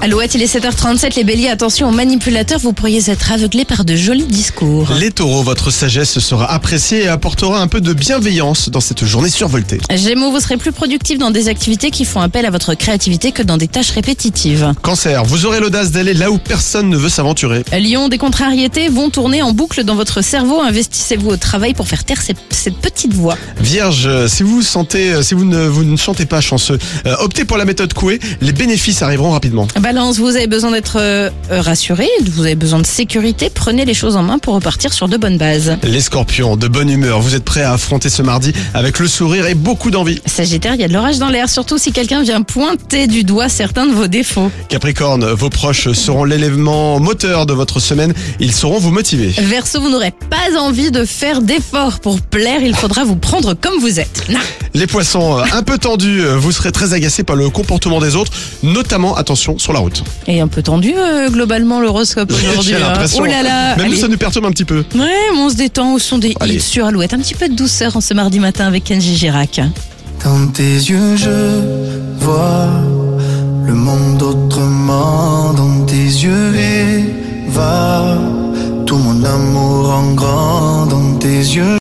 Alouette, il est 7h37, les béliers, attention aux manipulateurs, vous pourriez être aveuglés par de jolis discours. Les taureaux, votre sagesse sera appréciée et apportera un peu de bienveillance dans cette journée survoltée. Gémeaux, vous serez plus productif dans des activités qui font appel à votre créativité que dans des tâches répétitives. Cancer, vous aurez l'audace d'aller là où personne ne veut s'aventurer. Lion, des contrariétés vont tourner en boucle dans votre cerveau, investissez-vous au travail pour faire taire ces- cette petite voix. Vierge, euh, si vous, vous sentez, euh, si vous ne, vous ne chantez pas chanceux, euh, optez pour la méthode Coué, les bénéfices arriveront rapidement. Balance, vous avez besoin d'être euh, euh, rassuré, vous avez besoin de sécurité, prenez les choses en main pour repartir sur de bonnes bases. Les scorpions, de bonne humeur, vous êtes prêts à affronter ce mardi avec le sourire et beaucoup d'envie. Sagittaire, il y a de l'orage dans l'air, surtout si quelqu'un vient pointer du doigt certains de vos défauts. Capricorne, vos proches seront l'élément moteur de votre semaine, ils sauront vous motiver. Verseau, vous n'aurez pas envie de faire d'efforts pour plaire, il faudra vous prendre comme vous êtes. Non. Les poissons, euh, un peu tendus, euh, vous serez très agacés par le comportement des autres, notamment attention sur la route. Et un peu tendu euh, globalement l'horoscope aujourd'hui. J'ai hein. l'impression. Oh là là Même nous, allez. ça nous perturbe un petit peu. Ouais, mais on se détend au son des Allez. hits sur Alouette. Un petit peu de douceur en ce mardi matin avec Kenji Girac. Dans tes yeux, je vois le monde autrement.